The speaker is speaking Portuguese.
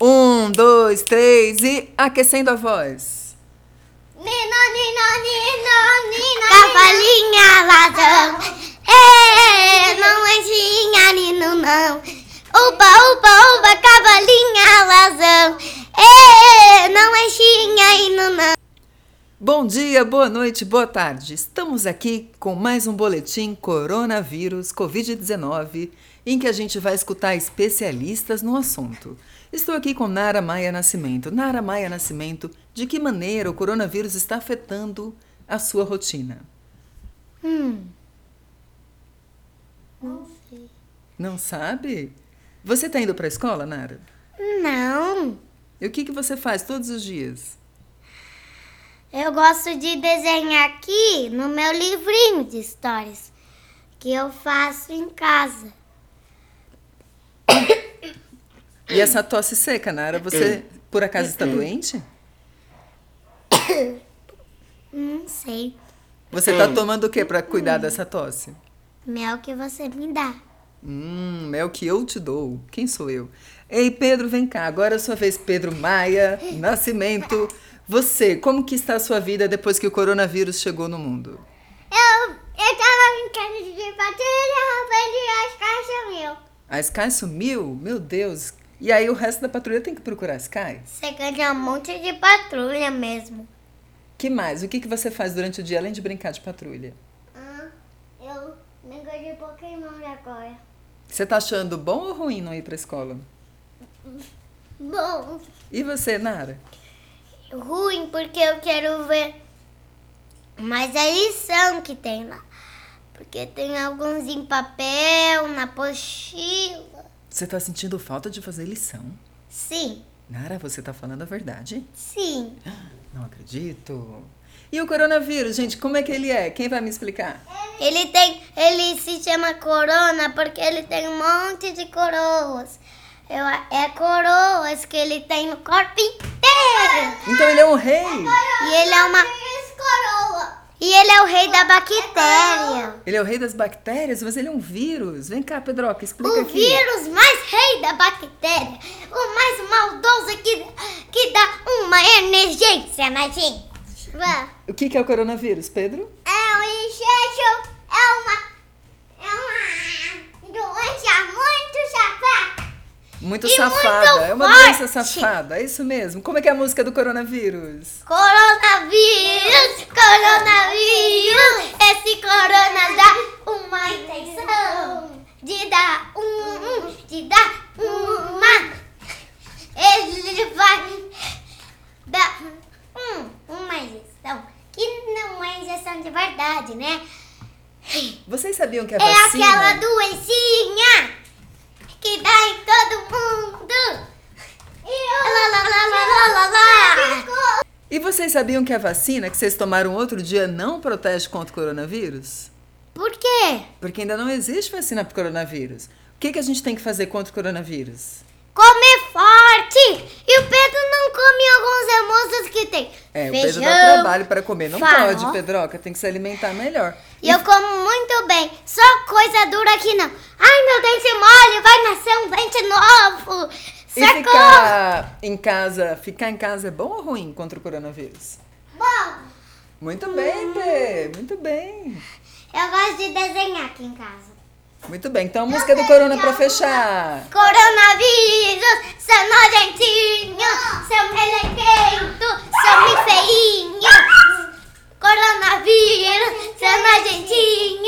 Um, dois, três e aquecendo a voz. Nino, nino, nino, nino. Cavalinha ladrão, é, não é ginha, nino não. Uba, uba, uba, cavalinha ladrão, é, não é ginha, nino não. Bom dia, boa noite, boa tarde. Estamos aqui com mais um boletim Coronavírus Covid-19, em que a gente vai escutar especialistas no assunto. Estou aqui com Nara Maia Nascimento. Nara Maia Nascimento, de que maneira o coronavírus está afetando a sua rotina? Hum. Não sei. Não sabe? Você está indo para a escola, Nara? Não. E o que, que você faz todos os dias? Eu gosto de desenhar aqui no meu livrinho de histórias que eu faço em casa. E essa tosse seca, Nara, você por acaso está doente? Não sei. Você está tomando o que para cuidar dessa tosse? Mel que você me dá. Hum, é o que eu te dou. Quem sou eu? Ei, Pedro, vem cá. Agora é a sua vez, Pedro Maia, Nascimento. Você, como que está a sua vida depois que o coronavírus chegou no mundo? Eu, eu tava brincando de patrulha, roubando as caixas mil. A Sky sumiu? Meu Deus. E aí o resto da patrulha tem que procurar a Sky? Você ganha um monte de patrulha mesmo. Que mais? O que, que você faz durante o dia além de brincar de patrulha? Ah, eu brinco de Pokémon agora. Você tá achando bom ou ruim não ir pra escola? Bom, E você, Nara? Ruim porque eu quero ver mais a lição que tem lá. Porque tem alguns em papel, na pochila. Você tá sentindo falta de fazer lição? Sim, Nara, você tá falando a verdade? sim. Não acredito. E o coronavírus, gente, como é que ele é? Quem vai me explicar? Ele tem, ele se chama corona porque ele tem um monte de coroas. Eu, é coroas que ele tem no corpo inteiro. Então ele é um rei. E ele é uma coroa. e ele é o rei da bactéria. Ele é o rei das bactérias, mas ele é um vírus. Vem cá, Pedroca, explica O aqui. Um vírus mais rei da bactéria, o mais maldoso que, que dá uma emergência na gente. Vá. O que que é o coronavírus, Pedro? É um enxerto, é uma, é uma doença muito safada. Muito E safada. muito é uma forte. doença safada, é isso mesmo. Como é que é a música do coronavírus? Coronavírus, coronavírus, esse corona dá uma intenção de dar um, um, de dar uma. Ele vai dar um, uma injeção, que não é injeção de verdade, né? Vocês sabiam que a É vacina... aquela doencinha que dá em todo mundo. Lá, lá, lá, lá, lá, lá, lá. E vocês sabiam que a vacina que vocês tomaram outro dia não protege contra o coronavírus? Por quê? Porque ainda não existe vacina para o coronavírus. O que, que a gente tem que fazer contra o coronavírus? comer forte. E o Pedro não come alguns almoços que tem. É, o Pedro Feijão. dá trabalho para comer. Não farofa. pode, Pedroca, tem que se alimentar melhor. E eu como muito bem. Só coisa dura que não. Ai, meu dente mole, vai nascer um dente novo. E Socorro. ficar em casa, ficar em casa é bom ou ruim contra o coronavírus? Bom, Muito bem, Pê, muito bem. eu gosto de desenhar aqui em casa. Muito bem, então a música do Corona para fechar. Coronavírus, seu nojentinho, seu melequento, seu feinho. Coronavírus, seu nojentinho,